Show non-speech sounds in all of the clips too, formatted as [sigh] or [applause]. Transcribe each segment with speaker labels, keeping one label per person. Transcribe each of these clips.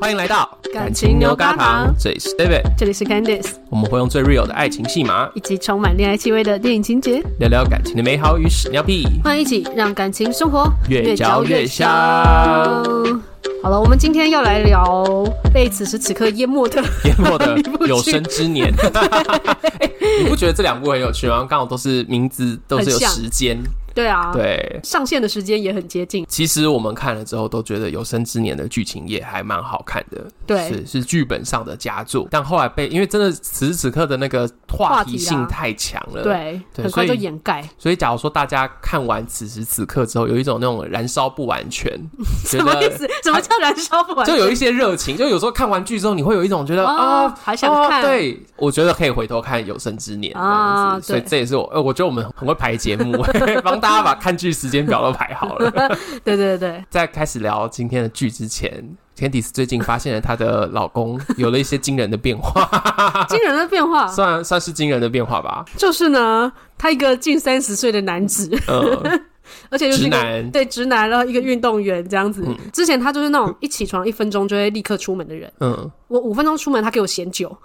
Speaker 1: 欢迎来到
Speaker 2: 感情牛轧糖
Speaker 1: 这里是 David，
Speaker 2: 这里是 Candice，
Speaker 1: 我们会用最 real 的爱情戏码
Speaker 2: 一起充满恋爱气味的电影情节，
Speaker 1: 聊聊感情的美好与屎尿 [laughs] 屁。
Speaker 2: 欢迎一起让感情生活
Speaker 1: 越嚼越香
Speaker 2: 好了，我们今天要来聊被此时此刻淹没的 [laughs]
Speaker 1: 淹没
Speaker 2: 哪
Speaker 1: 的
Speaker 2: 里不去
Speaker 1: 有生之 [laughs] 年，哎你不觉得这两部很有趣吗？刚好都是名字都是有
Speaker 2: 很像
Speaker 1: 时间，
Speaker 2: 对啊，，
Speaker 1: 对。
Speaker 2: 上线的时间也很接近，
Speaker 1: 其实我们看了之后都觉得《有生之年》的剧情也还蛮好看的，
Speaker 2: 对
Speaker 1: 是是剧本上的佳作。但后来被因为真的此时此刻的那个话
Speaker 2: 话
Speaker 1: 题
Speaker 2: 题啊
Speaker 1: 性太强了，
Speaker 2: 对，
Speaker 1: 对
Speaker 2: 很快
Speaker 1: 所
Speaker 2: 就
Speaker 1: 以
Speaker 2: 掩盖，
Speaker 1: 所以，假如说大家看完此时此刻之后，有一种那种燃烧不完 [laughs] 全，觉
Speaker 2: 什么意
Speaker 1: 得
Speaker 2: 思？什么叫燃烧不
Speaker 1: [laughs]
Speaker 2: 完？
Speaker 1: 就有一些热情。就有时候看完剧之后，你会有一种觉得
Speaker 2: 啊，
Speaker 1: 啊。
Speaker 2: 还想
Speaker 1: 啊
Speaker 2: 看，
Speaker 1: 对，我觉得可以回头看《有生之年》这样
Speaker 2: 啊
Speaker 1: 子，所以
Speaker 2: 对
Speaker 1: 这也是我，呃，我觉得我们很会排节
Speaker 2: [laughs]
Speaker 1: 目，帮大家把看剧时间表都排好了。
Speaker 2: 对对对，
Speaker 1: 在开始聊今天的剧之前，Candice 最近发现了她的老公有了一些惊人的变化，啊
Speaker 2: 惊人的变化
Speaker 1: [laughs] 算算是惊人的变化吧。
Speaker 2: 就是呢，他一个近三十岁的男子， [laughs]
Speaker 1: 嗯，
Speaker 2: 而且就是
Speaker 1: 直
Speaker 2: 一个
Speaker 1: 男，
Speaker 2: 对直男，然后一个运动员这样子。
Speaker 1: 嗯
Speaker 2: 之前他就是那种一起床一分钟就会立刻出门的人，
Speaker 1: 嗯，
Speaker 2: 我五分钟出门，他给我嫌久，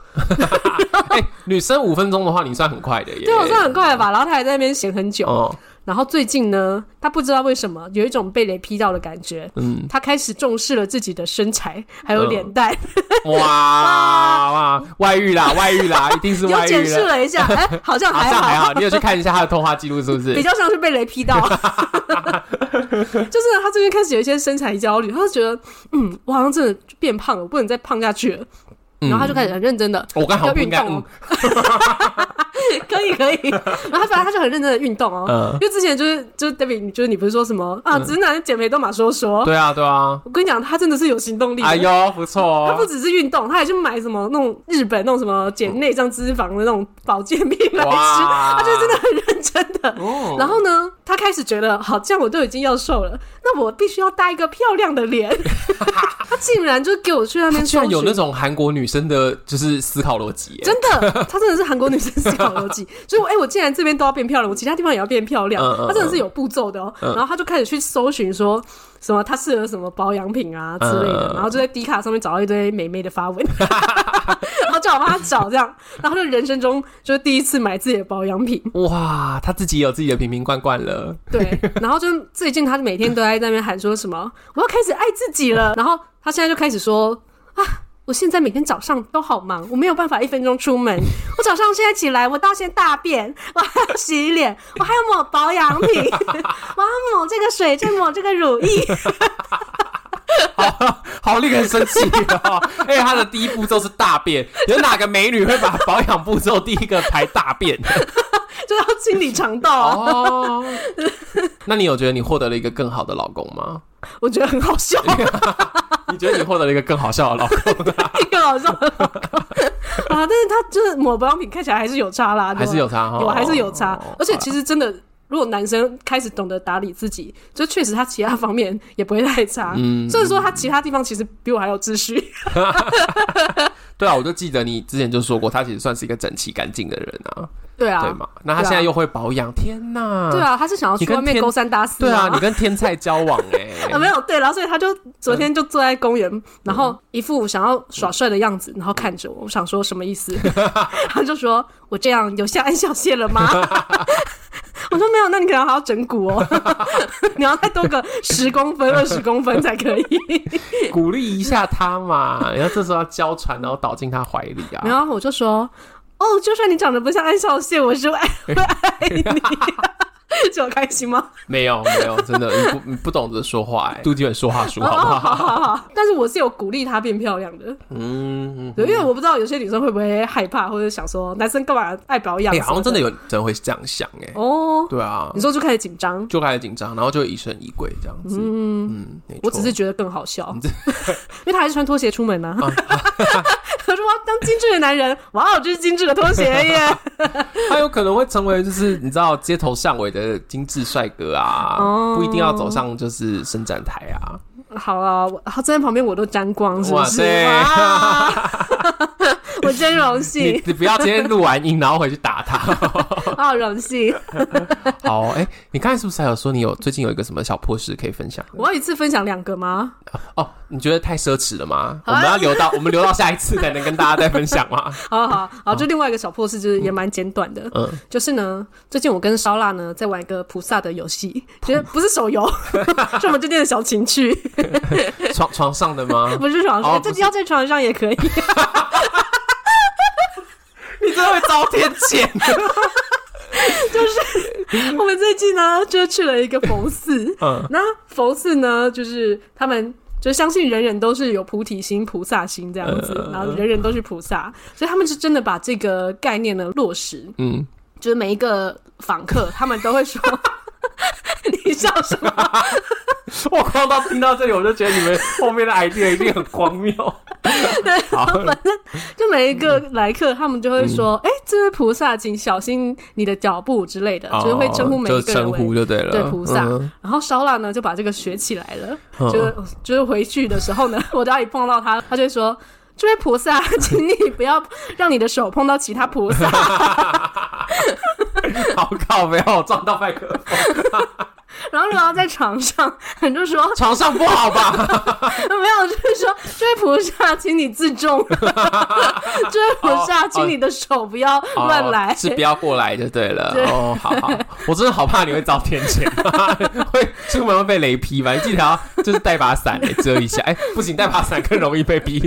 Speaker 1: 哎、女生五分钟的话，你算很快的耶。
Speaker 2: 对我算很快了吧？然后他还在那边嫌很久。
Speaker 1: 哦，
Speaker 2: 然后最近呢，他不知道为什么有一种被雷劈到的感觉。
Speaker 1: 嗯，
Speaker 2: 他开始重视了自己的身材，还有
Speaker 1: 嗯
Speaker 2: 脸蛋， [laughs]
Speaker 1: 哇哇，外遇啦，外遇啦，一定是
Speaker 2: 又
Speaker 1: 外
Speaker 2: 检
Speaker 1: 遇
Speaker 2: 视
Speaker 1: 了。
Speaker 2: 了
Speaker 1: [laughs]
Speaker 2: 一下，哎、好像
Speaker 1: 好
Speaker 2: 还
Speaker 1: 像
Speaker 2: 好，
Speaker 1: 啊还好，你有去看一下他的通话记录是不
Speaker 2: 比
Speaker 1: 是？
Speaker 2: 较像是被雷劈到。
Speaker 1: [laughs]
Speaker 2: 就是他最近开始有一些身材焦虑，他就觉得，嗯，我好像真的变胖了，我不能再胖下去了。然后他就开始很认真的
Speaker 1: 我刚嗯好
Speaker 2: 要
Speaker 1: 不应
Speaker 2: 运
Speaker 1: 该，
Speaker 2: 动
Speaker 1: 嗯
Speaker 2: 哦， [laughs] 可以可以。然后他反正他就很认真的运动哦，
Speaker 1: 嗯
Speaker 2: 因为之前就是就是 David，就是你不是说什么啊，直男减肥都马说说，
Speaker 1: 对啊，对啊，
Speaker 2: 我跟你讲，他真的是有行动力的。
Speaker 1: 哎呦，不错
Speaker 2: 他不
Speaker 1: 哦，
Speaker 2: 只是运动，他还去买什么那种日本那种什么减内脏脂肪的那种保健品来吃，
Speaker 1: 哇，
Speaker 2: 他就真的很认真的。
Speaker 1: 哦，
Speaker 2: 然后呢，他开始觉得，好，这样我都已经要瘦了，那我必须要搭一个漂亮的脸。 [laughs] 他竟然就给我去那
Speaker 1: 他
Speaker 2: 边
Speaker 1: 居
Speaker 2: 搜
Speaker 1: 然有那
Speaker 2: 寻，
Speaker 1: 种韩国女生的，就是思考逻辑耶，
Speaker 2: 真的，他真的是韩国女生思考逻
Speaker 1: [laughs]
Speaker 2: 辑。所以我，哎、我既然这边都要变漂亮，我其他地方也要变漂亮。
Speaker 1: 嗯嗯
Speaker 2: 他真的是有步骤的哦。
Speaker 1: 嗯
Speaker 2: 然后他就开始去搜寻说。什么？他适合什么保养品啊之类的
Speaker 1: 嗯，嗯嗯
Speaker 2: 然后就在 D 卡上面找到一堆美眉的发文， [laughs] 然后叫我帮他找这样，然后就人生中就是第一次买自己的保养品，
Speaker 1: 哇，他自己有自己的瓶瓶罐罐了，
Speaker 2: [laughs] 对，然后就最近他每天都在那边喊说什么 [laughs] “我要开始爱自己了”，然后他现在就开始说啊。我现在每天早上都好忙，我没有办法一分钟出门。 [laughs] 我早上现在起来，我到先大便， [laughs] 我还要洗脸，我还要抹保养品， [laughs] 我要抹这个水，再抹这个乳液。 [laughs]
Speaker 1: 好令人生气哦！ [laughs] 而且他的第一步骤是大便，有哪个美女会把保养步骤第一个排大便？
Speaker 2: 就要清理肠道啊！
Speaker 1: 哦， [laughs] 那你有觉得你获得了一个更好的老公吗？
Speaker 2: 我觉得很好笑，
Speaker 1: 你觉得你获得了一个更好笑的
Speaker 2: [laughs]
Speaker 1: 老公，
Speaker 2: 一个好笑的广告 [laughs] 啊！但是他就是抹保养品，看起来还是有差啦，
Speaker 1: 还
Speaker 2: 对吧
Speaker 1: 是有差哈？
Speaker 2: 有还是有差
Speaker 1: 哦，
Speaker 2: 而且其实真的，如果男生开始懂得打理自己，就确实他其他方面也不会太差。
Speaker 1: 嗯
Speaker 2: 所以说他其他地方其实比我还有秩序。 [laughs]
Speaker 1: 对啊，我就记得你之前就说过，他其实算是一个整齐干净的人啊，
Speaker 2: 对
Speaker 1: 对
Speaker 2: 啊，
Speaker 1: 嘛？那他现在又会保养，天哪！
Speaker 2: 对，啊，他是想要去
Speaker 1: 你跟
Speaker 2: 外面
Speaker 1: 天
Speaker 2: 勾三搭四
Speaker 1: 对啊，
Speaker 2: 吗
Speaker 1: 你跟天菜交往
Speaker 2: [laughs] 啊，没
Speaker 1: 哎，
Speaker 2: 有对，然后所以他就昨天就坐在公
Speaker 1: 嗯
Speaker 2: 园，然后一副想要耍帅的样子，然后看着我，我想说什么
Speaker 1: [laughs]
Speaker 2: 意思？他就说我这样有下安小谢了吗？ [laughs] 我说没有，那你可能还要整蛊哦， [laughs] 你要再多个十公分、二十公分才可以。
Speaker 1: 鼓励一下他嘛，然后这时候要娇喘，然后倒进他怀里啊。
Speaker 2: 然后我就说，哦，就算你长得不像安孝燮，我是
Speaker 1: [laughs]
Speaker 2: 爱会爱你，这我开
Speaker 1: [laughs]
Speaker 2: 心吗？
Speaker 1: 没有没有，真的你不你不懂得说话哎、杜基本说话术好不
Speaker 2: 哦好
Speaker 1: 好？
Speaker 2: 好好，但是我是有鼓励她变漂亮的，
Speaker 1: [laughs] 嗯，
Speaker 2: 对，因为我不知道有些女生会不会害怕，或者想说男生干嘛爱保养
Speaker 1: 哎、
Speaker 2: 什么，
Speaker 1: 好像真的有人会这样想哎、
Speaker 2: 哦，
Speaker 1: 对啊，
Speaker 2: 你说就开始紧张。
Speaker 1: 就开始紧张，然后就疑神疑鬼这样子。嗯嗯，没错
Speaker 2: 我只是觉得更好笑， [laughs] 因为他还是穿拖鞋出
Speaker 1: [laughs]
Speaker 2: 门呢、啊。 [laughs] 他说我要当精致的男人，哇，哦这是精致的拖鞋耶！
Speaker 1: [laughs]
Speaker 2: [laughs]
Speaker 1: 他有可能会成为就是你知道街头巷尾的精致帅哥啊，
Speaker 2: 哦
Speaker 1: 不一定要走上就是伸展台啊。
Speaker 2: 好啊，我他站在旁边我都沾光，是不
Speaker 1: 哇
Speaker 2: 是？
Speaker 1: 塞
Speaker 2: 哇我我真荣
Speaker 1: 你
Speaker 2: 幸，
Speaker 1: 你不要今天录完音然后回去打他。
Speaker 2: [laughs] 好荣幸。
Speaker 1: 好，哎、你刚才是不是还有说你有最近有一个什么小破事可以分享？
Speaker 2: 我要一次分享两个吗？
Speaker 1: 哦，你觉得太奢侈了吗？我
Speaker 2: 好啊
Speaker 1: 们要留到我们留到下一次才能跟大家再分享
Speaker 2: [laughs]
Speaker 1: 吗？
Speaker 2: 好好好，就另外一个小破事，就是也蛮简短的。
Speaker 1: 嗯，
Speaker 2: 就是呢，最近我跟烧腊呢在玩一个菩萨的游戏，觉得不是手游，是我们之间的小情趣，
Speaker 1: 床床上的吗？
Speaker 2: 不是床
Speaker 1: 哦
Speaker 2: 上，
Speaker 1: 不
Speaker 2: 这
Speaker 1: 是
Speaker 2: 要在床上也可以。
Speaker 1: 你真的会遭天谴。
Speaker 2: 我们最近呢就去了一个佛寺，
Speaker 1: [laughs] [laughs] 嗯，
Speaker 2: 那佛寺呢就是他们。就相信人人都是有菩提心、菩萨心这样子，
Speaker 1: 呃
Speaker 2: 然后人人都是菩萨，所以他们是真的把这个概念呢落实。
Speaker 1: 嗯，
Speaker 2: 就是每一个访客，他们都会说：“ [laughs] 你笑什么？”
Speaker 1: 我刚到听到这里，我就觉得你们后面的 idea 一定很荒
Speaker 2: [laughs]
Speaker 1: 谬。好，
Speaker 2: 就每一个来客，他们就会说：“哎、这位菩萨，请小心你的脚步之类的，就是会称呼每
Speaker 1: 啊就
Speaker 2: 一个人
Speaker 1: 称呼
Speaker 2: 为。
Speaker 1: 就对了，
Speaker 2: 对菩萨
Speaker 1: 嗯”
Speaker 2: 然后烧腊呢，就把这个学起来了。
Speaker 1: 嗯
Speaker 2: 就是就是回去的时候呢， [laughs] 我在哪里碰到他，他就会说：“这位菩萨，请你不要让你的手碰到其他菩萨。
Speaker 1: [laughs] 好靠，没有撞到麦克 [laughs] 风，”
Speaker 2: 然后然后在床上，你就说
Speaker 1: 床上不好吧？
Speaker 2: 没有，就是说，这位菩萨，请你
Speaker 1: [laughs]
Speaker 2: 自重。这位菩萨，
Speaker 1: 哦
Speaker 2: 请你的手不要 [laughs] 乱来
Speaker 1: 哦。是不要过来就对了。
Speaker 2: 对
Speaker 1: 哦，好好，我真的好怕你会遭天谴， [laughs] 会出门会被雷劈吧？你记得要就是带把伞来遮一下，哎，不行，带把伞更容易被
Speaker 2: [laughs]
Speaker 1: 劈。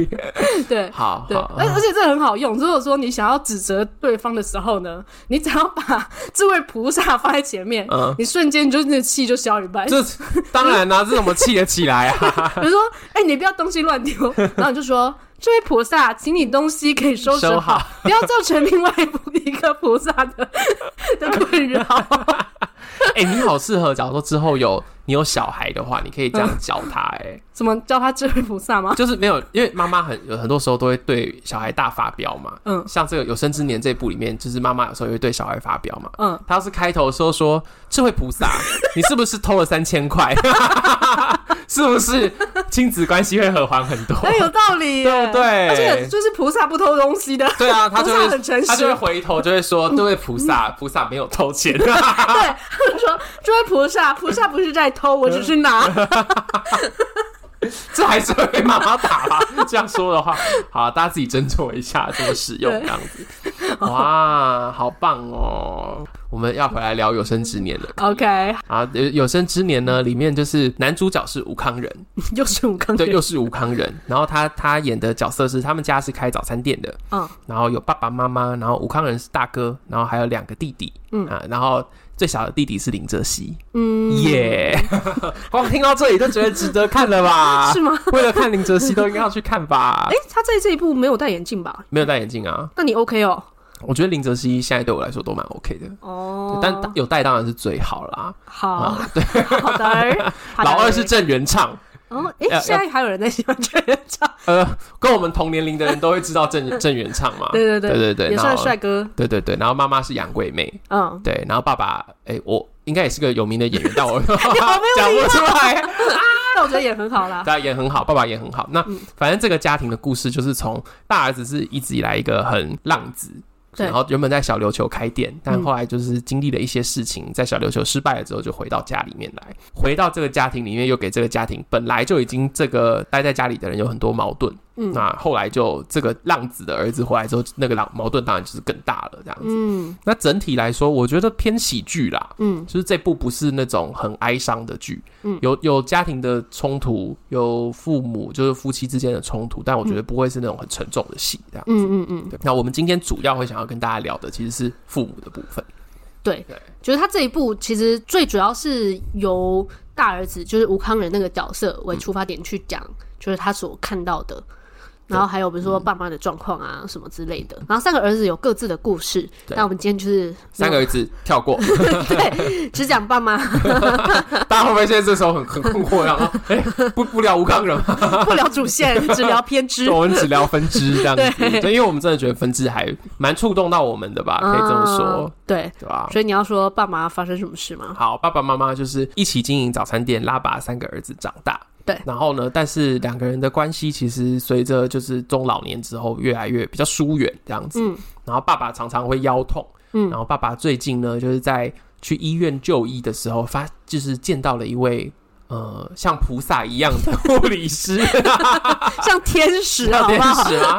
Speaker 2: 对
Speaker 1: 好
Speaker 2: 对，
Speaker 1: 好，嗯
Speaker 2: 而而且这很好用。如果说你想要指责对方的时候呢，你只要把这位菩萨放在前面，
Speaker 1: 嗯
Speaker 2: 你瞬间你就那气就消一半。
Speaker 1: 这当然啦、这怎么气得起来啊？
Speaker 2: [laughs]
Speaker 1: [laughs]
Speaker 2: 比如说，哎、你不要东西乱丢，然后你就说。这位菩萨，请你东西可以收拾
Speaker 1: 收
Speaker 2: 好
Speaker 1: 好，
Speaker 2: 不要造成另外一个菩萨
Speaker 1: [laughs]
Speaker 2: 的的困扰。
Speaker 1: 哎、你好适合，假如说之后有你有小孩的话，你可以这样教他、哎、
Speaker 2: 怎么叫他这位菩萨吗？
Speaker 1: 就是没有，因为妈妈很有很多时候都会对小孩大发飙嘛。
Speaker 2: 嗯
Speaker 1: 像这个有生之年这部里面，就是妈妈有时候也会对小孩发飙嘛。
Speaker 2: 嗯，
Speaker 1: 他要是开头的时候说：“智慧菩萨，你是不是偷了三千块？ [laughs] 是不是亲子关系会和缓很多？”
Speaker 2: 哎、有道理耶，
Speaker 1: 对不对
Speaker 2: 而且就是菩萨不偷东
Speaker 1: [laughs]
Speaker 2: 西的，
Speaker 1: 对啊，他就
Speaker 2: 菩萨
Speaker 1: 会
Speaker 2: 很诚实
Speaker 1: 他就会回头就会说：“这位菩萨，菩萨没有偷钱。 [laughs]
Speaker 2: 对，他们说这位菩萨，菩萨不是在偷，
Speaker 1: 嗯
Speaker 2: 我只是拿。
Speaker 1: 这还是会被妈妈打吧？这样说的话，好，大家自己斟酌一下怎么使 [laughs] 用
Speaker 2: 对
Speaker 1: 这样子。哇，好棒哦！我们要回来聊有生之年了
Speaker 2: OK，
Speaker 1: 啊，有有生之年呢，里面就是男主角是吴康仁，
Speaker 2: 又是武康
Speaker 1: [laughs] 对，
Speaker 2: 人，
Speaker 1: 又是吴康仁。然后他他演的角色是他们家是开早餐店的，
Speaker 2: 嗯，
Speaker 1: 然后有爸爸妈妈，然后吴康仁是大哥，然后还有两个弟弟，嗯啊，然后最小的弟弟是林哲熙，嗯耶 [laughs] 光听到这里就觉得值得看了 [laughs] 吧？
Speaker 2: 是吗？
Speaker 1: 为了看林哲熙都应该要去看吧
Speaker 2: 哎、？他在这一部没有戴眼镜吧？
Speaker 1: 没有戴眼镜啊，
Speaker 2: 那你 OK 哦？
Speaker 1: 我觉得林哲熙现在对我来说都蛮 OK 的，
Speaker 2: 哦，
Speaker 1: 但有戴当然是最好啦。
Speaker 2: 好
Speaker 1: 啊
Speaker 2: 好
Speaker 1: [laughs]
Speaker 2: 的，好的
Speaker 1: 老二是郑元畅，
Speaker 2: 哦，哎、
Speaker 1: 嗯要
Speaker 2: 现在还有人在喜欢这人唱，
Speaker 1: 呃，跟我们同年龄的人都会知道郑郑元畅嘛？
Speaker 2: [laughs] 对对对
Speaker 1: 对对 [laughs] 对，
Speaker 2: 也
Speaker 1: 然
Speaker 2: 算
Speaker 1: 后
Speaker 2: 帅哥，
Speaker 1: 对对对，然后妈妈是杨贵妹，
Speaker 2: 嗯，
Speaker 1: 对，然后爸爸，哎、我应该也是个有名的演员，
Speaker 2: [laughs]
Speaker 1: 但我 [laughs] 讲
Speaker 2: 礼
Speaker 1: 不
Speaker 2: 貌
Speaker 1: 出来，啊
Speaker 2: 但我觉得也很
Speaker 1: [laughs]
Speaker 2: 好啦。
Speaker 1: 他也很好，爸爸也很好。那、
Speaker 2: 嗯
Speaker 1: 反正这个家庭的故事就是从大儿子是一直以来一个很浪子。
Speaker 2: 对
Speaker 1: 然后原本在小琉球开店，但后来就是经历了一些事情，在小琉球失败了之后，就回到家里面来，回到这个家庭里面，又给这个家庭本来就已经这个待在家里的人有很多矛盾，
Speaker 2: 嗯
Speaker 1: 那后来就这个浪子的儿子回来之后，那个浪矛盾当然就是更大了，这样子。
Speaker 2: 嗯
Speaker 1: 那整体来说，我觉得偏喜剧啦，
Speaker 2: 嗯
Speaker 1: 就是这部不是那种很哀伤的剧，
Speaker 2: 嗯
Speaker 1: 有有家庭的冲突，有父母就是夫妻之间的冲突，但我觉得不会是那种很沉重的戏这样。
Speaker 2: 嗯嗯嗯嗯，
Speaker 1: 对那我们今天主要会想要跟大家聊的其实是父母的部分，
Speaker 2: 对
Speaker 1: 对，
Speaker 2: 就是他这一部其实最主要是由大儿子就是吴康仁那个角色为出发点去讲，就是他所看到的，然后还有比如说
Speaker 1: 嗯
Speaker 2: 爸妈的状况啊什么之类的。然后三个儿子有各自的故事，
Speaker 1: 对
Speaker 2: 那我们今天就是
Speaker 1: [laughs] 三个儿子跳
Speaker 2: [laughs]
Speaker 1: 过，
Speaker 2: 对只讲
Speaker 1: [laughs]
Speaker 2: 爸妈，
Speaker 1: 大家会不会现在这时候很很困惑，
Speaker 2: [laughs]
Speaker 1: 然后哎、不不聊吴康人吗？
Speaker 2: 不聊主线，只聊偏
Speaker 1: [laughs]
Speaker 2: 支。
Speaker 1: 我们只聊分支这样子，
Speaker 2: 对
Speaker 1: 对，因为我们真的觉得分支还蛮触动到我们的吧，可以这么说
Speaker 2: 嗯，，对。
Speaker 1: 对吧？
Speaker 2: 所以你要说爸妈发生什么事吗？
Speaker 1: 好，爸爸妈妈就是一起经营早餐店，拉拔三个儿子长大。
Speaker 2: 对
Speaker 1: 然后呢，但是两个人的关系其实随着就是中老年之后越来越比较疏远这样子。 [laughs]
Speaker 2: 嗯
Speaker 1: 然后爸爸常常会腰痛，
Speaker 2: 嗯
Speaker 1: 然后爸爸最近呢，就是在去医院就医的时候，发就是见到了一位呃像菩萨一样的护理
Speaker 2: [laughs]
Speaker 1: 师，
Speaker 2: 像天使
Speaker 1: 要
Speaker 2: 好
Speaker 1: 天
Speaker 2: 不好？
Speaker 1: 使吗？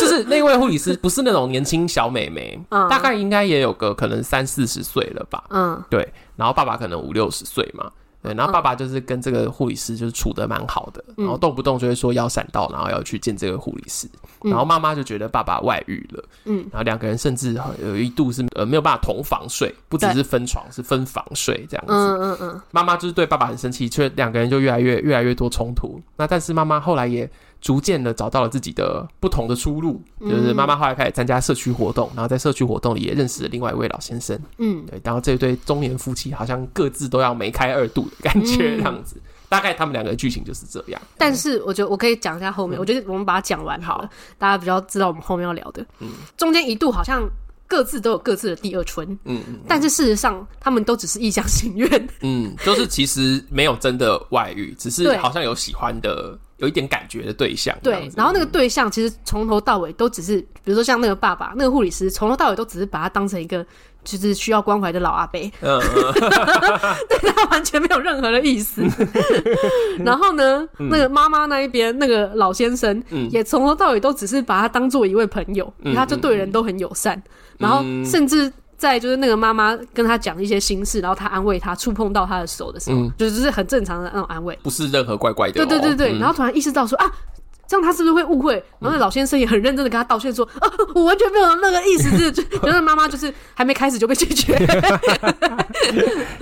Speaker 1: 就是那位护理师不是那种年轻小美眉，
Speaker 2: 嗯
Speaker 1: 大概应该也有个可能三四十岁了吧，
Speaker 2: 嗯
Speaker 1: 对，然后爸爸可能五六十岁嘛。对，然后爸爸就是跟这个护理师就是处的蛮好的，
Speaker 2: 嗯
Speaker 1: 然后动不动就会说腰闪到，然后要去见这个护理师，
Speaker 2: 嗯
Speaker 1: 然后妈妈就觉得爸爸外遇了，
Speaker 2: 嗯
Speaker 1: 然后两个人甚至呃有一度是呃没有办法同房睡，不只
Speaker 2: 对
Speaker 1: 是分床，是分房睡这样子。
Speaker 2: 嗯嗯嗯，
Speaker 1: 妈妈就是对爸爸很生气，却两个人就越来越越来越多冲突。那但是妈妈后来也逐渐的找到了自己的不同的出路，
Speaker 2: 嗯
Speaker 1: 就是妈妈后来开始参加社区活动，然后在社区活动里也认识了另外一位老先生。
Speaker 2: 嗯
Speaker 1: 对，然后这对中年夫妻好像各自都要梅开二度的感觉，
Speaker 2: 嗯
Speaker 1: 这样子。大概他们两个的剧情就是这样。
Speaker 2: 但是我觉得我可以讲一下后面，
Speaker 1: 嗯
Speaker 2: 我觉得我们把它讲完好了，大家比较知道我们后面要聊的。
Speaker 1: 嗯
Speaker 2: 中间一度好像各自都有各自的第二春，
Speaker 1: 嗯嗯
Speaker 2: 但是事实上他们都只是一厢情愿。
Speaker 1: 嗯，就是其实没有真的外遇，只是
Speaker 2: 对
Speaker 1: 好像有喜欢的，有一点感觉的对象这样
Speaker 2: 对
Speaker 1: 子。，
Speaker 2: 然后那个对象其实从头到尾都只是，比如说像那个爸爸，那个护理师，从头到尾都只是把他当成一个就是需要关怀的老阿伯，
Speaker 1: 嗯嗯
Speaker 2: [laughs] 对他完全没有任何的
Speaker 1: [laughs]
Speaker 2: 意思。然后呢，那个妈妈那一边那个老先生
Speaker 1: 嗯
Speaker 2: 也从头到尾都只是把他当做一位朋友，
Speaker 1: 嗯
Speaker 2: 他就对人都很友善，然后
Speaker 1: 嗯
Speaker 2: 甚至。在就是那个妈妈跟他讲一些心事，然后他安慰他，触碰到他的手的时候，
Speaker 1: 嗯
Speaker 2: 就是就是很正常的那种安慰。
Speaker 1: 不是任何怪怪的、
Speaker 2: 对
Speaker 1: 哦。
Speaker 2: 对对对，
Speaker 1: 嗯
Speaker 2: 然后突然意识到说啊，这样他是不是会误会？然后那老先生也很认真的跟他道歉说， [laughs] 啊，我完全没有那个意思， [laughs] 就是就就是妈妈就是还没开始就被拒
Speaker 1: [laughs]
Speaker 2: 绝，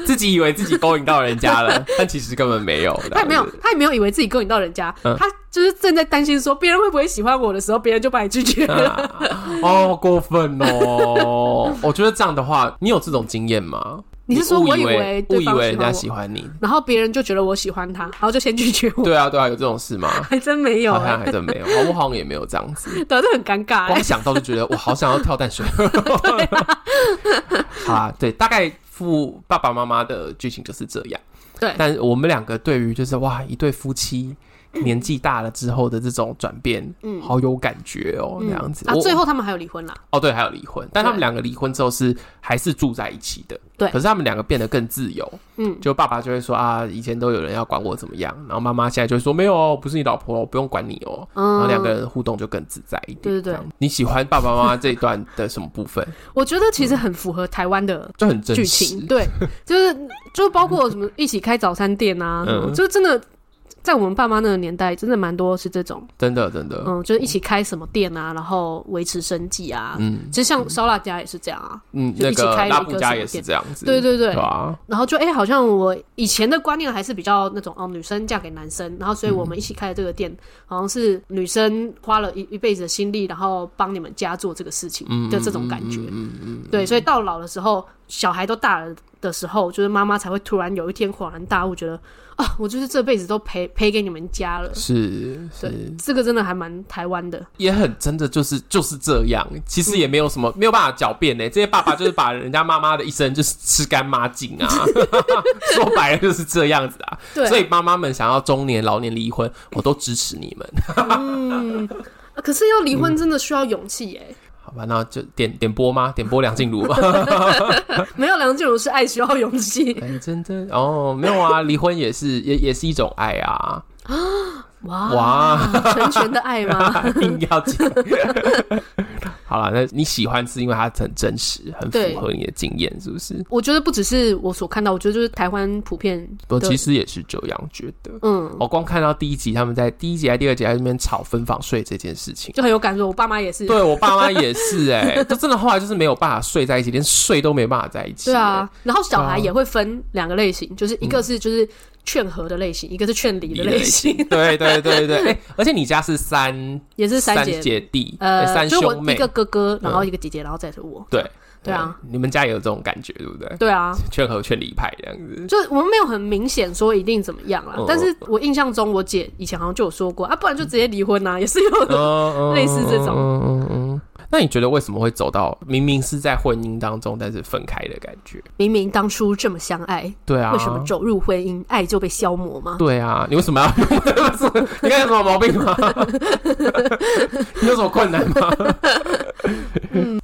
Speaker 1: 自己以为自己勾引到人家了，但其实根本没有。
Speaker 2: 他也没有
Speaker 1: 这样子，
Speaker 2: 他也没有以为自己勾引到人家，
Speaker 1: 啊嗯
Speaker 2: 他就是正在担心说别人会不会喜欢我的时候，别人就把你拒绝了。
Speaker 1: 啊哦，过分哦！我觉得这样的话，你有这种经验吗？
Speaker 2: 你是说
Speaker 1: 误
Speaker 2: 我
Speaker 1: 以
Speaker 2: 以
Speaker 1: 为
Speaker 2: 为
Speaker 1: 误
Speaker 2: 对
Speaker 1: 以
Speaker 2: 方
Speaker 1: 为
Speaker 2: 喜
Speaker 1: 人
Speaker 2: 欢
Speaker 1: 家
Speaker 2: 我
Speaker 1: 喜欢你？
Speaker 2: [laughs] 然后别人就觉得我喜欢他，然后就先拒绝
Speaker 1: [laughs]
Speaker 2: 我，
Speaker 1: 对啊，对啊，有这种事吗？
Speaker 2: 还真没有、
Speaker 1: 好像
Speaker 2: 欸，
Speaker 1: 还真没有，我好像也没有这样
Speaker 2: [laughs]
Speaker 1: 子。
Speaker 2: 对，这很尴尬、欸
Speaker 1: 光。想到就觉得我好想要跳
Speaker 2: [laughs]
Speaker 1: 淡水。好啊，对，大概父爸爸妈妈的剧情就是这样。
Speaker 2: 对
Speaker 1: 但我们两个对于就是哇，一对夫妻年纪大了之后的这种转变，嗯，好有感觉哦，那样子。
Speaker 2: 啊，
Speaker 1: 我
Speaker 2: 最后他们还有离婚啦，
Speaker 1: 哦，对，还有离婚，但他们
Speaker 2: 对
Speaker 1: 两个离婚之后是还是住在一起的，
Speaker 2: 对
Speaker 1: 可是他们两个变得更自由，
Speaker 2: 嗯
Speaker 1: 就爸爸就会说啊，以前都有人要管我怎么样，然后妈妈现在就会说没有哦，不是你老婆哦，我不用管你哦，然后两个
Speaker 2: 嗯，
Speaker 1: 人互动就更自在一点。
Speaker 2: 对对
Speaker 1: 这
Speaker 2: 对
Speaker 1: 样，你喜欢爸爸妈妈这一段的什么部
Speaker 2: [laughs]
Speaker 1: 分？
Speaker 2: 我觉得其实很符合台湾的
Speaker 1: 就很真
Speaker 2: 剧
Speaker 1: 实
Speaker 2: 情，。对， [laughs] 就是就是包括什么一起开早餐店啊，
Speaker 1: 嗯
Speaker 2: 什么，就真的在我们爸妈那个年代，真的蛮多是这种，
Speaker 1: 真的真的，
Speaker 2: 嗯，就是一起开什么店啊，然后维持生计啊。
Speaker 1: 嗯
Speaker 2: 其实像烧腊家也是这样啊，
Speaker 1: 嗯，
Speaker 2: 就
Speaker 1: 那
Speaker 2: 一起开了一个
Speaker 1: 拉布加也是这样子，
Speaker 2: 对对对
Speaker 1: 对，啊吧？
Speaker 2: 然后就哎、诶好像我以前的观念还是比较那种哦，女生嫁给男生，然后所以我们一起开的这个店，好像是女生花了一一辈子的心力，然后帮你们家做这个事情
Speaker 1: 嗯
Speaker 2: 的这种感觉。
Speaker 1: 嗯嗯
Speaker 2: 对，所以到老的时候，小孩都大了的时候，就是妈妈才会突然有一天恍然大悟，觉得啊，我就是这辈子都陪陪给你们家了
Speaker 1: 嗯，。是
Speaker 2: 对
Speaker 1: 是，，
Speaker 2: 这个真的还蛮台湾的。
Speaker 1: 也很真的，就是就是这样。其实也没有什么没有办法狡辩呢。欸这些爸爸就是把人家妈妈的一生就是吃干抹净啊， [laughs] 说白了就是这样子啊。
Speaker 2: 对，
Speaker 1: 所以妈妈们想要中年老年离婚，我都支持你们。
Speaker 2: 啊可是要离婚真的需要勇气耶、
Speaker 1: 好吧，那就点点播吗？点播梁静茹吧。 [laughs]
Speaker 2: 没有梁静茹是爱需要勇气。
Speaker 1: 哎，真的哦，没有啊，离婚也是也也是一种爱啊，
Speaker 2: 哇
Speaker 1: 哇
Speaker 2: 哇，成全的爱吗？
Speaker 1: 硬要讲。好了，那你喜欢是因为它很真实，很
Speaker 2: 对
Speaker 1: 符合你的经验，是不是？
Speaker 2: 我觉得不只是我所看到，我觉得就是台湾普遍
Speaker 1: 我
Speaker 2: 对
Speaker 1: 其实也是这样觉得。
Speaker 2: 嗯，
Speaker 1: 我哦光看到第一集，他们在第一集还是第二集在那边吵分房睡这件事情，
Speaker 2: 就很有感受。我爸妈也是，
Speaker 1: 对我爸妈也是哎、就真的后来就是没有办法睡在一起，连睡都没办法在一起。
Speaker 2: 对啊，然后小孩
Speaker 1: 对啊
Speaker 2: 也会分两个类型，就是
Speaker 1: 嗯
Speaker 2: 一个是就是劝和的类型，一个是劝离
Speaker 1: 哎，
Speaker 2: 的类型，
Speaker 1: 对对对对，哎、而且你家是三
Speaker 2: 也是
Speaker 1: 三
Speaker 2: 姐
Speaker 1: 姐弟，哎
Speaker 2: 呃，
Speaker 1: 三
Speaker 2: 就是我
Speaker 1: 兄
Speaker 2: 一
Speaker 1: 妹嗯
Speaker 2: 个，哥哥，然后一个姐姐，然后再是我。
Speaker 1: 对
Speaker 2: 对啊，
Speaker 1: 你们家也有这种感觉，对不对？
Speaker 2: 对啊，
Speaker 1: 劝和劝离派这样子。
Speaker 2: [laughs] 就是我们没有很明显说一定怎么样啦
Speaker 1: 嗯，
Speaker 2: 但是我印象中我啊姐以前好像就有说过啊，不然就直接离婚呐，也是有的。
Speaker 1: 嗯
Speaker 2: 类似这种
Speaker 1: 嗯嗯嗯嗯。那你觉得为什么会走到明明是在婚姻当中，但是分开的感觉？
Speaker 2: 明明当初这么相爱，
Speaker 1: 对啊，
Speaker 2: 为什么走入婚姻，爱就被消磨吗？
Speaker 1: 对啊，你为什么要 [laughs] 用这个字？你看有什么毛病吗？ [laughs] 你有什么困难吗？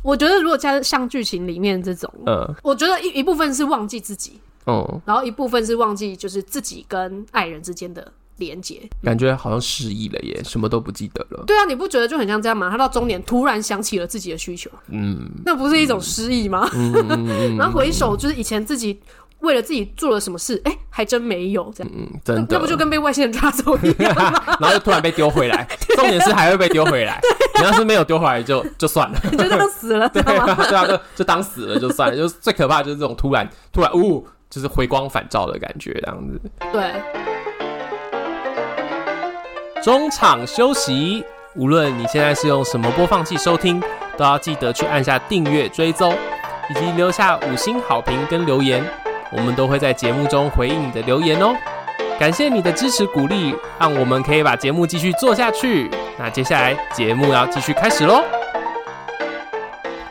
Speaker 2: 我觉得如果加像剧情里面这种，
Speaker 1: 嗯
Speaker 2: 我觉得一一部分是忘记自己，
Speaker 1: 嗯，
Speaker 2: 然后一部分是忘记就是自己跟爱人之间的连接。
Speaker 1: 感觉好像失忆了耶，什么都不记得了。
Speaker 2: 对啊，你不觉得就很像这样吗？他到中年突然想起了自己的需求，
Speaker 1: 嗯
Speaker 2: 那不是一种失忆吗？
Speaker 1: 嗯嗯嗯
Speaker 2: 然后回首就是以前自己为了自己做了什么事，哎、还真没有这样。
Speaker 1: 嗯，
Speaker 2: 那
Speaker 1: 真的
Speaker 2: 那
Speaker 1: [laughs]
Speaker 2: 不就跟被外星人抓走一样吗？
Speaker 1: 然后就突然被丢回来，重点是还会被丢回
Speaker 2: [laughs]
Speaker 1: 来。你要是没有丢回来就就算了，
Speaker 2: 你就这样死了，知
Speaker 1: 对
Speaker 2: 道吗？
Speaker 1: 啊，对啊，就就当死了就算了。就是最可怕的就是这种突然突然呜、就是回光返照的感觉，这样子。
Speaker 2: 对，
Speaker 1: 中场休息，无论你现在是用什么播放器收听，都要记得去按下订阅追踪，以及留下五星好评跟留言，我们都会在节目中回应你的留言哦。感谢你的支持鼓励，让我们可以把节目继续做下去。那接下来节目要继续开始喽。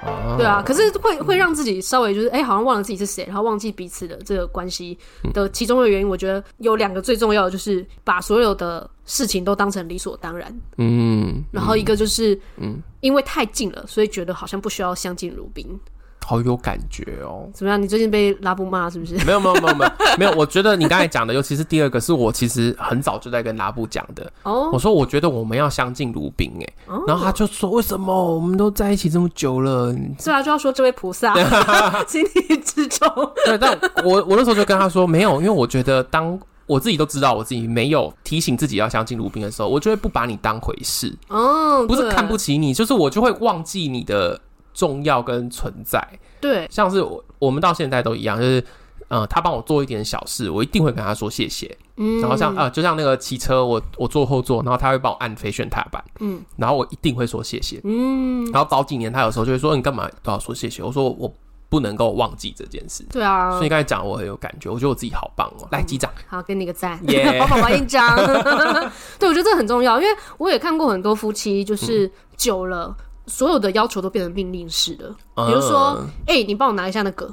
Speaker 1: 哦
Speaker 2: 对啊，，可是会会让自己稍微就是哎、好像忘了自己是谁，然后忘记彼此的这个关系
Speaker 1: 嗯
Speaker 2: 的其中的原因，我觉得有两个最重要的，就是把所有的事情都当成理所当然，
Speaker 1: 嗯，
Speaker 2: 然后一个就是
Speaker 1: 嗯
Speaker 2: 因为太近了，所以觉得好像不需要相敬如宾。
Speaker 1: 好有感觉哦。
Speaker 2: 怎么样？你最近被拉布骂是不是？
Speaker 1: 没有没有没有没有没有，我觉得你刚才讲的，尤其是第二个，是我其实很早就在跟拉布讲的，
Speaker 2: 哦
Speaker 1: 我说我觉得我们要相敬如宾哎、然后他就说为什么我们都在一起这么久了？
Speaker 2: 是啊，就要说这位
Speaker 1: [laughs]
Speaker 2: 菩萨，情理之中。
Speaker 1: 对，但我我那时候就跟他说没有，因为我觉得当我自己都知道我自己没有提醒自己要相敬如宾的时候，我就会不把你当回事，
Speaker 2: 哦，
Speaker 1: 不是
Speaker 2: 对
Speaker 1: 看不起你，就是我就会忘记你的重要跟存在。
Speaker 2: 对，
Speaker 1: 像是我我们到现在都一样，就是。呃，他帮我做一点小事，我一定会跟他说谢谢。
Speaker 2: 嗯，
Speaker 1: 然后像啊、呃就像那个骑车，我我坐后座，然后他会帮我按飞旋踏板，
Speaker 2: 嗯
Speaker 1: 然后我一定会说谢谢。
Speaker 2: 嗯，
Speaker 1: 然后早几年他有时候就会说：“你嗯干嘛都要说谢谢？”我说：“我不能够忘记这件事。”
Speaker 2: 对啊
Speaker 1: 所以，你刚才讲我很有感觉，我觉得我自己好棒
Speaker 2: 嗯
Speaker 1: 哦！来击掌，
Speaker 2: 好，给你个赞， [laughs]
Speaker 1: 耶
Speaker 2: 宝宝宝一张。对，我觉得这很重要，因为我也看过很多夫妻，
Speaker 1: 嗯
Speaker 2: 就是久了，所有的要求都变成命令式的。比如说
Speaker 1: 嗯，
Speaker 2: 哎、你帮我拿一下那个，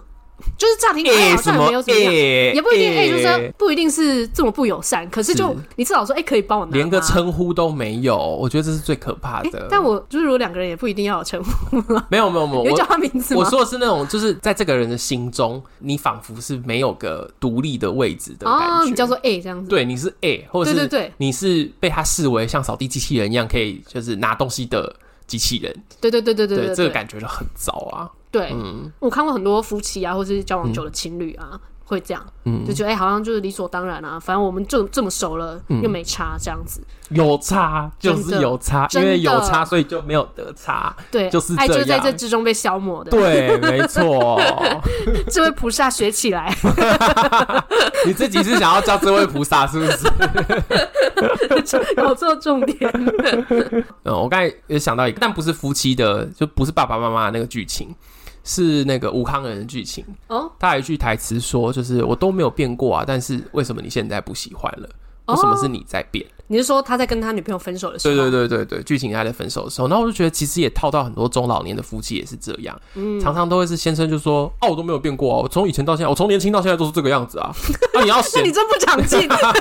Speaker 2: 就是乍听之
Speaker 1: 欸
Speaker 2: 下
Speaker 1: 什
Speaker 2: 好像也
Speaker 1: 么
Speaker 2: 没有怎么样，
Speaker 1: 欸
Speaker 2: 也不一定。哎、
Speaker 1: 欸
Speaker 2: 就是不一定是这么不友善，可是就是你至少说，哎、可以帮我拿吗
Speaker 1: 连个称呼都没有，我觉得这是最可怕
Speaker 2: 哎、
Speaker 1: 的。
Speaker 2: 但我就是如果两个人也不一定要有称呼，
Speaker 1: 没有没有没有，
Speaker 2: 你会叫
Speaker 1: 我
Speaker 2: 他名字
Speaker 1: 我
Speaker 2: 吗？
Speaker 1: 说的是那种，就是在这个人的心中，你仿佛是没有个独立的位置的
Speaker 2: 哦，
Speaker 1: 感
Speaker 2: 你
Speaker 1: 觉。
Speaker 2: 叫做 A 这样子。
Speaker 1: 对，你是 A，或者
Speaker 2: 对对
Speaker 1: 是
Speaker 2: 对
Speaker 1: 你是被他视为像扫地机器人一样可以就是拿东西的机器人，
Speaker 2: 对对对对对对，
Speaker 1: 这个感觉就很糟啊。
Speaker 2: 对，
Speaker 1: 嗯
Speaker 2: 我看过很多夫妻啊，或是交往久的情侣啊，会这样，
Speaker 1: 嗯
Speaker 2: 就，觉得哎、好像就是理所当然啊，反正我们就这么熟了，
Speaker 1: 嗯
Speaker 2: 又没差这样子。
Speaker 1: 有差，就
Speaker 2: 真
Speaker 1: 是
Speaker 2: 的
Speaker 1: 有差，因
Speaker 2: 真的
Speaker 1: 为有差，所以就没有得差。
Speaker 2: 对，
Speaker 1: 就是
Speaker 2: 爱
Speaker 1: 这
Speaker 2: 就在
Speaker 1: 样
Speaker 2: 这之中被消磨的。 [laughs]
Speaker 1: 对，没错。
Speaker 2: 这位菩萨学起来， [laughs]
Speaker 1: 你自己是想要叫这位菩萨是不
Speaker 2: [laughs]
Speaker 1: 是？
Speaker 2: 搞错重点。
Speaker 1: 嗯，我刚才也想到一个，但不是夫妻的，就不是爸爸妈妈的那个剧情，是那个吴康人的剧情。
Speaker 2: 哦
Speaker 1: 他有一句台词说，就是我都没有变过啊，但是为什么你现在不喜欢了？
Speaker 2: 哦
Speaker 1: 为什么是你在变？
Speaker 2: 你是说他在跟他女朋友分手的时候？
Speaker 1: 对对对对对，剧情他在分手的时候，然后我就觉得其实也套到很多中老年的夫妻也是这样，
Speaker 2: 嗯
Speaker 1: 常常都会是先生就说：“哦，我都没有变过啊，我从以前到现在，我从年轻到现在都是这个样子啊。啊，你
Speaker 2: [laughs]
Speaker 1: 要
Speaker 2: 那
Speaker 1: 嫌
Speaker 2: 哎你，真不长
Speaker 1: [laughs]
Speaker 2: 进
Speaker 1: 啊，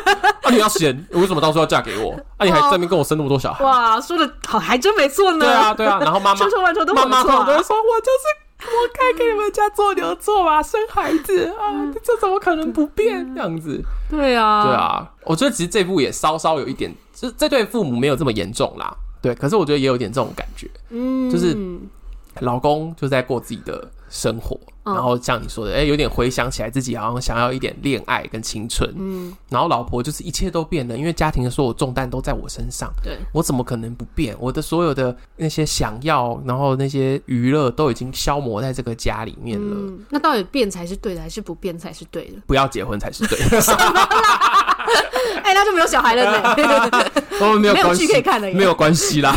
Speaker 1: 你要嫌，为什么当初要嫁给
Speaker 2: [laughs]
Speaker 1: 我？啊，你还在那边跟我生那么多小孩？
Speaker 2: 哦哇，说的好，还真没错呢。
Speaker 1: 对啊，，对啊。然后妈妈
Speaker 2: 千错万错都
Speaker 1: 妈
Speaker 2: 我的
Speaker 1: 妈
Speaker 2: 错、
Speaker 1: 通常
Speaker 2: 啊
Speaker 1: 都会。说：“我就是我该给你们家做牛做马生孩子
Speaker 2: 嗯
Speaker 1: 啊，这怎么可能不
Speaker 2: 啊
Speaker 1: 变？”这样子，
Speaker 2: 对啊，
Speaker 1: 对，啊，我觉得其实这部也稍稍有一点，就是这对父母没有这么严重啦。对，可是我觉得也有点这种感觉，
Speaker 2: 嗯，
Speaker 1: 就是老公就在过自己的生活，
Speaker 2: 嗯
Speaker 1: 然后像你说的，哎、有点回想起来自己好像想要一点恋爱跟青春，
Speaker 2: 嗯，
Speaker 1: 然后老婆就是一切都变了，因为家庭的所有重担都在我身上，
Speaker 2: 对，
Speaker 1: 我怎么可能不变？我的所有的那些想要，然后那些娱乐都已经消磨在这个家里面了。
Speaker 2: 嗯，那到底变才是对的，还是不变才是对的？
Speaker 1: 不要结婚才是对，
Speaker 2: [laughs] 哎、那就没有小孩了呢。
Speaker 1: 我 [laughs] 哦们没有
Speaker 2: [laughs] 没有
Speaker 1: 关系
Speaker 2: 剧可以看了耶
Speaker 1: 没有关系啦。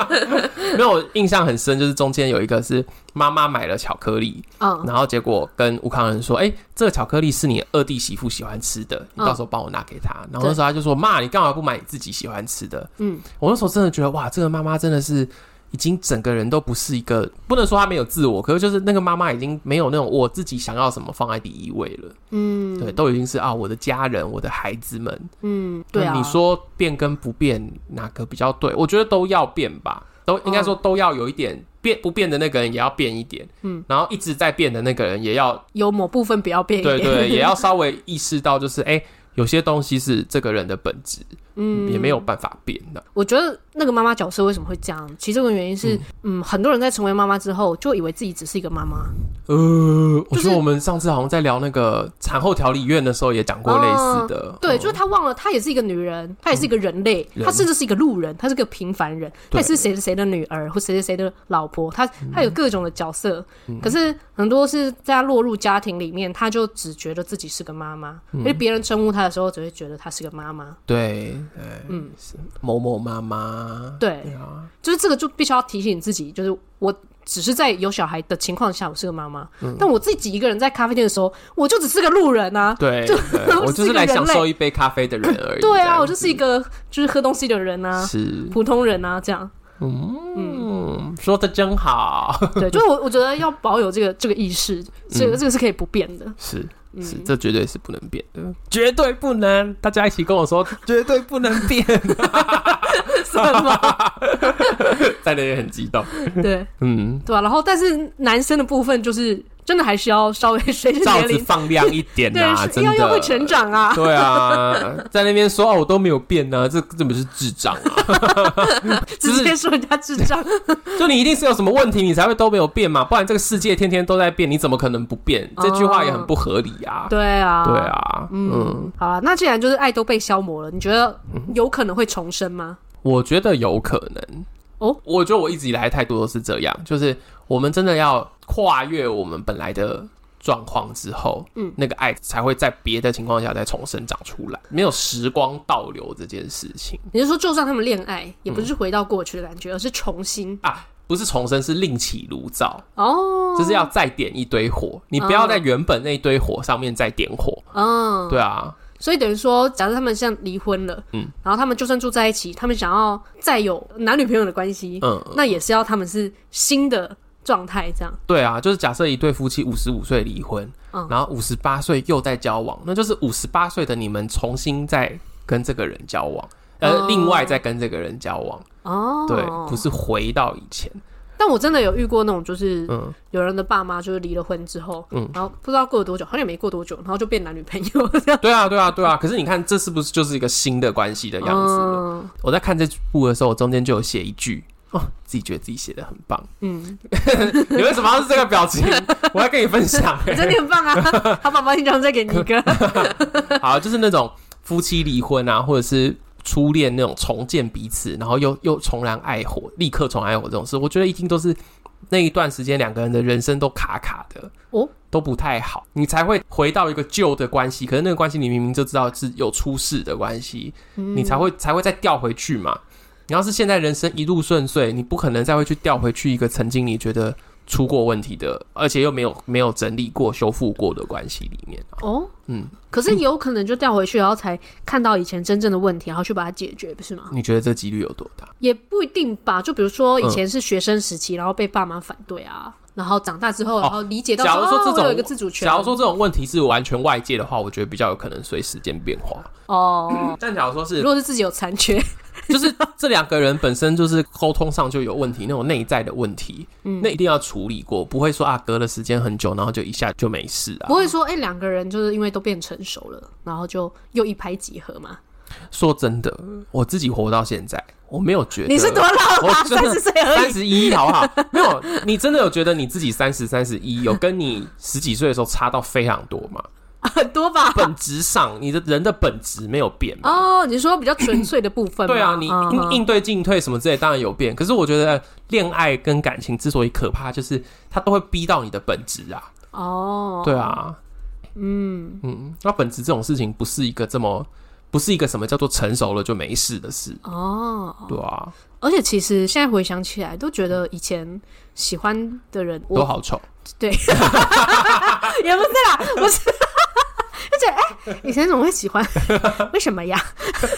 Speaker 1: [laughs] 没有，我印象很深，就是中间有一个是妈妈买了巧克力，
Speaker 2: 嗯，
Speaker 1: 然后结果跟吴康仁说：“哎、这个巧克力是你二弟媳妇喜欢吃的，你
Speaker 2: 嗯
Speaker 1: 到时候帮我拿给她。然后那时候他就说：“妈，你干嘛不买你自己喜欢吃的？”
Speaker 2: 嗯，
Speaker 1: 我那时候真的觉得哇，这个妈妈真的是已经整个人都不是一个，不能说他没有自我，可是就是那个妈妈已经没有那种我自己想要什么放在第一位了，
Speaker 2: 嗯，
Speaker 1: 对，都已经是啊我的家人、我的孩子们。
Speaker 2: 嗯，对啊，
Speaker 1: 那你说变跟不变哪个比较对？我觉得都要变吧，都应该说都要有一点、变，不变的那个人也要变一点，
Speaker 2: 嗯，
Speaker 1: 然后一直在变的那个人也要
Speaker 2: 有某部分不要变一点，
Speaker 1: 对对，也要稍微意识到，就是哎、有些东西是这个人的本质，
Speaker 2: [laughs] 嗯，
Speaker 1: 也没有办法变的。
Speaker 2: 我觉得那个妈妈角色为什么会这样，其实这个原因是，嗯很多人在成为妈妈之后，就以为自己只是一个妈妈，
Speaker 1: 呃，我
Speaker 2: 就是
Speaker 1: 觉得我们上次好像在聊那个产后调理院的时候也讲过类似的，
Speaker 2: 哦对，
Speaker 1: 嗯
Speaker 2: 就是她忘了她也是一个女人，她也是一个人类，
Speaker 1: 人
Speaker 2: 她甚至是一个路人，她是个平凡人，
Speaker 1: 对嗯
Speaker 2: 她也是谁谁谁的女儿或谁谁谁的老婆，她她有各种的角色，可是很多是在她落入家庭里面，她就只觉得自己是个妈妈，
Speaker 1: 嗯
Speaker 2: 因为别人称呼她的时候，只会觉得她是个妈妈，
Speaker 1: 对，
Speaker 2: 嗯
Speaker 1: 嗯，是某某妈妈，
Speaker 2: 对，
Speaker 1: 对
Speaker 2: [laughs]
Speaker 1: 啊，
Speaker 2: 就是这个就必须要提醒自己，就是我只是在有小孩的情况下，我是个妈妈，
Speaker 1: 嗯
Speaker 2: 但我自己一个人在咖啡店的时候，我就只是个路人啊。
Speaker 1: 对，对我就是来享受一杯咖啡的人而已。
Speaker 2: [laughs] 对
Speaker 1: 这样
Speaker 2: 啊，
Speaker 1: 子
Speaker 2: 我就是一个就是喝东西的人啊，
Speaker 1: [laughs] 是，哦
Speaker 2: 普通人啊，这样。
Speaker 1: 嗯，说的真好，
Speaker 2: 对，就是我我觉得要保有这个这个意识，这个、这个是可以不变的。
Speaker 1: 是。嗯是，
Speaker 2: 嗯
Speaker 1: 这绝对是不能变的，绝对不能！大家一起跟我说，绝对不能变。
Speaker 2: 什么？
Speaker 1: [laughs] 在那也很激动，
Speaker 2: 对
Speaker 1: 嗯，
Speaker 2: 对吧、啊然后，但是男生的部分就是真的还是要稍微随着
Speaker 1: 罩
Speaker 2: [laughs] 年
Speaker 1: 子
Speaker 2: 龄，
Speaker 1: 放亮一点
Speaker 2: 对，
Speaker 1: 啊，
Speaker 2: 是
Speaker 1: 真的
Speaker 2: 要要会成长啊。
Speaker 1: 对啊，在那边说哦，我都没有变呢、这这不是智障
Speaker 2: [laughs]
Speaker 1: 啊！
Speaker 2: 直接说人家智障，
Speaker 1: 就你一定是有什么问题，你才会都没有变嘛，不然这个世界天天都在变，你怎么可能不变？这句话也很不合理啊！
Speaker 2: 哦对啊，
Speaker 1: 对。啊，嗯嗯
Speaker 2: 嗯，好了，那既然就是爱都被消磨了，你觉得有可能会重生吗？
Speaker 1: 我觉得有可能
Speaker 2: 哦。
Speaker 1: 我觉得我一直以来态度都是这样，就是我们真的要跨越我们本来的状况之后，
Speaker 2: 嗯
Speaker 1: 嗯，那个爱才会在别的情况下再重生长出来，没有时光倒流这件事情
Speaker 2: 你是说，就算他们恋爱，也不是回到过去的感觉，
Speaker 1: 嗯
Speaker 2: 而是重新
Speaker 1: 啊，不是重生，是另起炉灶。
Speaker 2: 哦，
Speaker 1: 就是要再点一堆火，你不要在原本那一堆火上面再点火。
Speaker 2: 嗯，
Speaker 1: 对啊，
Speaker 2: 所以等于说，假设他们像离婚了，
Speaker 1: 嗯，
Speaker 2: 然后他们就算住在一起，他们想要再有男女朋友的关系，
Speaker 1: 嗯，
Speaker 2: 那也是要他们是新的状态这样。
Speaker 1: 对啊，就是假设一对夫妻五十五岁离婚，
Speaker 2: 嗯
Speaker 1: 然后五十八岁又在交往，那就是五十八岁的你们重新再跟这个人交往，
Speaker 2: 哦
Speaker 1: 呃，另外再跟这个人交往，
Speaker 2: 哦，
Speaker 1: 对，不是回到以前，
Speaker 2: 但我真的有遇过那种，就是
Speaker 1: 嗯，
Speaker 2: 有人的爸妈就是离了婚之后，
Speaker 1: 嗯
Speaker 2: 然后不知道过了多久，好像也没过多久，然后就变男女朋友
Speaker 1: [laughs]
Speaker 2: 这样
Speaker 1: 对啊，对啊，对啊。可是你看，这是不是就是一个新的关系的样子了？
Speaker 2: 嗯
Speaker 1: 我在看这部的时候，我中间就有写一句。哦，自己觉得自己写的很棒，
Speaker 2: 嗯，
Speaker 1: [laughs] 你为什么要是这个表情？ [laughs] 我要跟你分享、欸，
Speaker 2: 真的很棒啊！ [laughs] 好，宝宝，你这样再给你一个，
Speaker 1: 好，就是那种夫妻离婚啊，或者是初恋那种重建彼此，然后又又重燃爱火，立刻重燃爱火这种事，我觉得一定都是那一段时间两个人的人生都卡卡的
Speaker 2: 哦，
Speaker 1: 都不太好，你才会回到一个旧的关系。可是那个关系你明明就知道是有出事的关系，你才会才会再调回去嘛。你要是现在人生一路顺遂，你不可能再会去调回去一个曾经你觉得出过问题的，而且又没有没有整理过、修复过的关系里面啊。
Speaker 2: 哦，
Speaker 1: 嗯，
Speaker 2: 可是有可能就调回去，然后才看到以前真正的问题，然后去把它解决，不是吗？
Speaker 1: 你觉得这几率有多大？
Speaker 2: 也不一定吧。就比如说以
Speaker 1: 嗯
Speaker 2: 前是学生时期，然后被爸妈反对啊，然后长大之后，然后理解到
Speaker 1: 假如说
Speaker 2: 哦
Speaker 1: 这种
Speaker 2: 我有一个自主权，
Speaker 1: 假如说这种问题是完全外界的话，我觉得比较有可能随时间变化。[laughs]
Speaker 2: 哦，
Speaker 1: 但假如说
Speaker 2: 如
Speaker 1: 是，
Speaker 2: 果是自己有残
Speaker 1: [laughs]
Speaker 2: 缺，
Speaker 1: 就是这两个人本身就是沟通上就有问题，那种内在的问题，那一定要处理过，不会说啊隔了时间很久，然后就一下就没事啊
Speaker 2: 不。会说哎，两个人就是因为都变成熟了，然后就又一拍即合嘛。
Speaker 1: 说真的，我自己活到现在，我没有觉得
Speaker 2: 你是多老啦？
Speaker 1: 我真
Speaker 2: 三
Speaker 1: 的
Speaker 2: 十岁而
Speaker 1: 三
Speaker 2: 已。
Speaker 1: 十一好不好？没有，你真的有觉得你自己三十三十一有跟你十几岁的时候差到非常多 [laughs] 吗？
Speaker 2: 很多吧？
Speaker 1: 本质上，你的人的本质没有变吗？
Speaker 2: 哦，你说比较纯粹的部分吗？
Speaker 1: 对啊，你
Speaker 2: 嗯
Speaker 1: 应应对进退什么之类，当然有变。可是我觉得呃恋爱跟感情之所以可怕，就是它都会逼到你的本质啊。
Speaker 2: 哦，
Speaker 1: 对啊，
Speaker 2: 嗯，
Speaker 1: 嗯，那本质这种事情不是一个这么，不是一个什么叫做成熟了就没事的事，
Speaker 2: 哦，
Speaker 1: 对啊，
Speaker 2: 而且其实现在回想起来，都觉得以前喜欢 [laughs] 的人，
Speaker 1: 都
Speaker 2: 我
Speaker 1: 好丑。
Speaker 2: 也不是啦，我是 [laughs] 就觉且哎，以前怎么会喜欢？ [laughs] 为什么呀？ [laughs]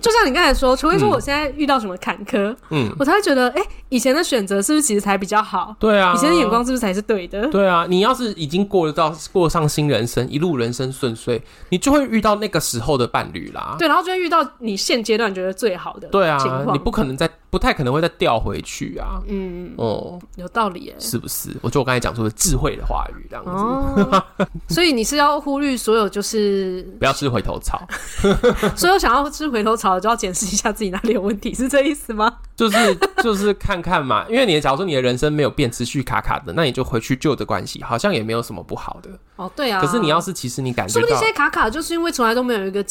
Speaker 2: 就像你刚才说，除非说我现在遇到什么坎坷，
Speaker 1: 嗯，
Speaker 2: 我才会觉得，哎，以前的选择是不是其实才比较好？
Speaker 1: 对啊，
Speaker 2: 以前的眼光是不是才是对的？
Speaker 1: 对啊，你要是已经过得到过上新人生，一路人生顺遂，你就会遇到那个时候的伴侣啦。
Speaker 2: 对，然后就会遇到你现阶段觉得最好的
Speaker 1: 对
Speaker 2: 情
Speaker 1: 啊，
Speaker 2: 况
Speaker 1: 你不可能再不太可能会再调回去啊。
Speaker 2: 嗯，
Speaker 1: 哦、
Speaker 2: 有道理
Speaker 1: [laughs]
Speaker 2: 耶。
Speaker 1: 是不是？我就我刚才讲说的智慧的话语，这样子，
Speaker 2: 哦，所以你是要忽略所有，就是
Speaker 1: 不要吃回头草，
Speaker 2: [laughs] 所有想要吃回头草，就要检视一下自己哪里有问题，是这意思吗？
Speaker 1: 就是就是看看嘛。因为你假如说你的人生没有变，持续卡卡的，那你就回去旧的关系，好像也没有什么不好的。
Speaker 2: 哦，对啊。
Speaker 1: 可是你要是其实你感觉
Speaker 2: 说不定
Speaker 1: 到
Speaker 2: 现在卡卡就是因为从来都没有一个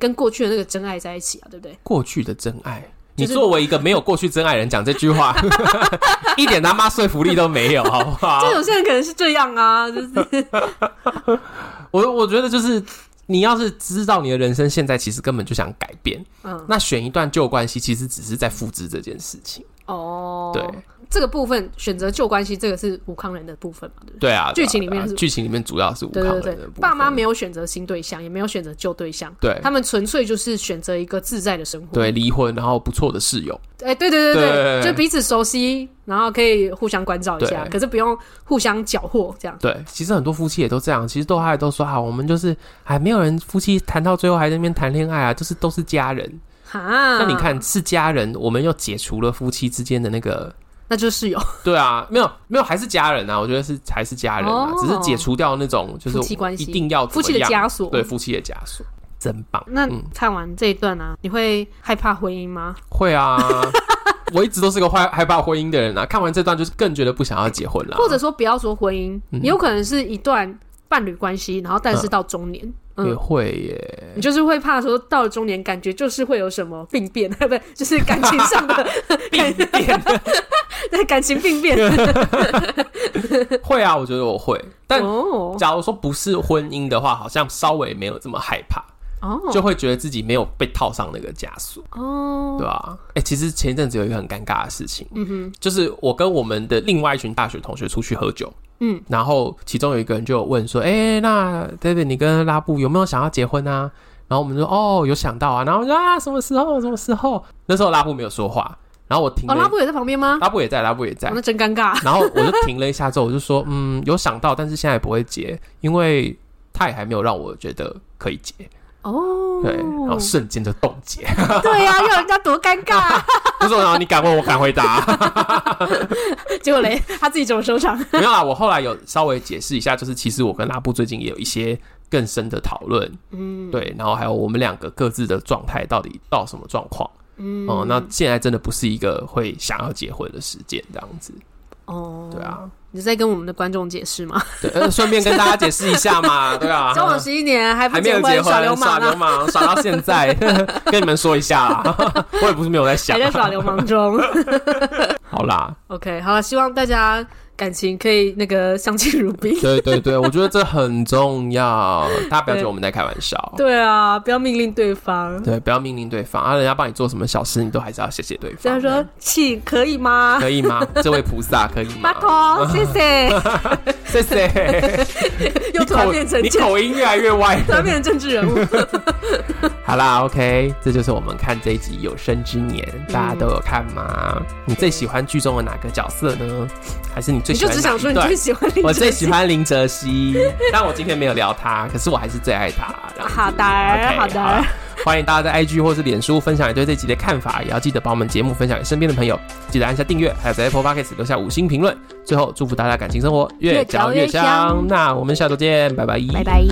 Speaker 2: 跟过去的那个真爱在一起啊，对不对？
Speaker 1: 过去的真爱。
Speaker 2: 就
Speaker 1: 你
Speaker 2: 是
Speaker 1: 作为一个没有过去真爱人讲这句话， [laughs] 一点他妈说服力都没有，好不好？
Speaker 2: 就有些人可能是这样啊， [laughs] 就是
Speaker 1: 我我觉得就是你要是知道你的人生现在其实根本就想改变，
Speaker 2: 嗯
Speaker 1: 那选一段旧关系其实只是在复制这件事情。
Speaker 2: 哦，
Speaker 1: 对，
Speaker 2: 这个部分选择旧关系，这个是吴康仁的部分嘛，对不对？
Speaker 1: 对啊，
Speaker 2: 剧情里面
Speaker 1: 对啊
Speaker 2: 是
Speaker 1: 剧情里面主要是无
Speaker 2: 对
Speaker 1: 抗
Speaker 2: 对
Speaker 1: 人的
Speaker 2: 对
Speaker 1: 部，分
Speaker 2: 爸妈没有选择新对象，也没有选择旧对象，
Speaker 1: 对
Speaker 2: 他们纯粹就是选择一个自在的生活。
Speaker 1: 对离婚，然后不错的室友，
Speaker 2: 哎，对对对
Speaker 1: 对
Speaker 2: 就彼此熟悉，然后可以互相关照一下，
Speaker 1: 对
Speaker 2: 可是不用互相搅和这样。
Speaker 1: 对，其实很多夫妻也都这样，其实都还都说啊，我们就是哎，没有人夫妻谈到最后还在那边谈恋爱啊，就是都是家人。
Speaker 2: 哈，
Speaker 1: 那你，看是家人，我们又解除了夫妻之间的那
Speaker 2: [laughs]
Speaker 1: 个
Speaker 2: 那就是有
Speaker 1: 对啊，没有没有，还是家人啊，我觉得是还是家人啊，
Speaker 2: 哦
Speaker 1: 只是解除掉那种就是
Speaker 2: 夫妻关系
Speaker 1: 一定要怎
Speaker 2: 夫
Speaker 1: 么
Speaker 2: 妻的
Speaker 1: 样
Speaker 2: 枷锁。
Speaker 1: 对，夫妻的枷锁，真棒。
Speaker 2: 那
Speaker 1: 嗯
Speaker 2: 看完这一段啊，你会害怕婚姻吗？
Speaker 1: 会啊， [laughs] 我一直都是个害害怕婚姻的人啊，看完这段就是更觉得不想要结婚了，
Speaker 2: 或者说不要说婚姻，
Speaker 1: 嗯
Speaker 2: 也有可能是一段伴侣关系，然后但是到中年，
Speaker 1: 也
Speaker 2: 嗯，
Speaker 1: 会耶，
Speaker 2: 你就是会怕说到了中年，感觉就是会有什么病变， [laughs] 不对，就是感情上
Speaker 1: [laughs]
Speaker 2: 的病变， [laughs] 对，感情病变。
Speaker 1: 会啊，我觉得我会， [laughs] 但。
Speaker 2: 哦
Speaker 1: 假如说不是婚姻的话，好像稍微没有这么害怕，
Speaker 2: 哦
Speaker 1: 就会觉得自己没有被套上那个枷锁，对
Speaker 2: 哦，
Speaker 1: 吧、哎、其实前一阵子有一个很尴尬的事情，嗯哼，就是我跟我们的另外一群大学同学出去喝酒，
Speaker 2: 嗯，
Speaker 1: 然后其中有一个人就有问说：“哎、那 David，你跟拉布有没有想要结婚啊？”然后我们就说：“哦，有想到啊。”然后我就啊，什么时候？什么时候？那时候拉布没有说话，然后我停了
Speaker 2: 哦，
Speaker 1: 一，
Speaker 2: 拉布也在旁边吗？
Speaker 1: 拉布也在，拉布也在
Speaker 2: 哦。那真尴尬。
Speaker 1: 然后我就停了一下之后，我就说：“嗯，有想到，但是现在也不会结，因为他也还没有让我觉得可以结。”
Speaker 2: 哦，
Speaker 1: 对，然后瞬间就冻结。 [laughs]
Speaker 2: 对呀，要人家多尴尬。 [laughs]
Speaker 1: 不是，然后你敢问我敢回答。
Speaker 2: 结果嘞，他自己怎么收场？
Speaker 1: [laughs] 没有啦，我后来有稍微解释一下，就是其实我跟拉布最近也有一些更深的讨论，嗯，对，然后还有我们两个各自的状态到底到什么状况，嗯，哦、那现在真的不是一个会想要结婚的时间，这样子，
Speaker 2: 哦，
Speaker 1: 对，啊，
Speaker 2: 你在跟我们的观众解释吗？
Speaker 1: 对，呃顺便跟大家解释一下 [laughs] 嘛，对啊，
Speaker 2: 交往十一年还不
Speaker 1: 还没有结
Speaker 2: 耍
Speaker 1: 婚，
Speaker 2: 流
Speaker 1: 耍
Speaker 2: 氓
Speaker 1: 流
Speaker 2: 啊，
Speaker 1: 氓，耍到现在， [laughs] 跟你们说一下 [laughs] 啦，我也不是没有在想啊
Speaker 2: 还，在耍流氓中。
Speaker 1: 好啦，
Speaker 2: [laughs] OK，好了，希望大家感情可以那个相敬如 [laughs] 宾。
Speaker 1: [laughs] 对对对，我觉得这很重要， [laughs] 大家不要觉得我们在开玩笑，
Speaker 2: 对啊，不要命令对方。
Speaker 1: 对，不要命令对方啊！人家帮你做什么小事，你都还是要谢谢对
Speaker 2: 这
Speaker 1: 方
Speaker 2: 样。说，请可以吗？
Speaker 1: [laughs]
Speaker 2: [laughs]
Speaker 1: 可以吗？这位菩萨可以
Speaker 2: 拜
Speaker 1: 吗？
Speaker 2: [laughs] 托，谢谢。
Speaker 1: 谢谢。
Speaker 2: [laughs] 又突然变成
Speaker 1: 你
Speaker 2: 政，
Speaker 1: 口音越来越歪。
Speaker 2: [laughs] 突然变成政治人 [laughs] 物。
Speaker 1: 好啦，OK，这就是我们看这一集《有生之年》，
Speaker 2: 嗯
Speaker 1: 大家都有看吗？你最喜欢剧中的哪个角色呢？还是你最
Speaker 2: 你
Speaker 1: 喜
Speaker 2: 就
Speaker 1: 欢
Speaker 2: 只
Speaker 1: 哪
Speaker 2: 想
Speaker 1: 一
Speaker 2: 说你
Speaker 1: 段
Speaker 2: 最喜欢
Speaker 1: [laughs]
Speaker 2: 林
Speaker 1: 我
Speaker 2: 志
Speaker 1: 最喜
Speaker 2: 玲。
Speaker 1: 欢林哲熙，但我今天没有聊他，可是我还是最爱他。这样子
Speaker 2: 好的
Speaker 1: OK，
Speaker 2: 好的
Speaker 1: 啦欢迎大家在 IG 或是脸书分享你对这集的看法，也要记得把我们节目分享给身边的朋友，记得按下订阅，还有在 Apple Podcast 留下五星评论。最后，祝福大家感情生活越
Speaker 2: 越嚼
Speaker 1: 嚼
Speaker 2: 越
Speaker 1: 越
Speaker 2: 香
Speaker 1: 香。那我们下周见，拜拜，
Speaker 2: 拜。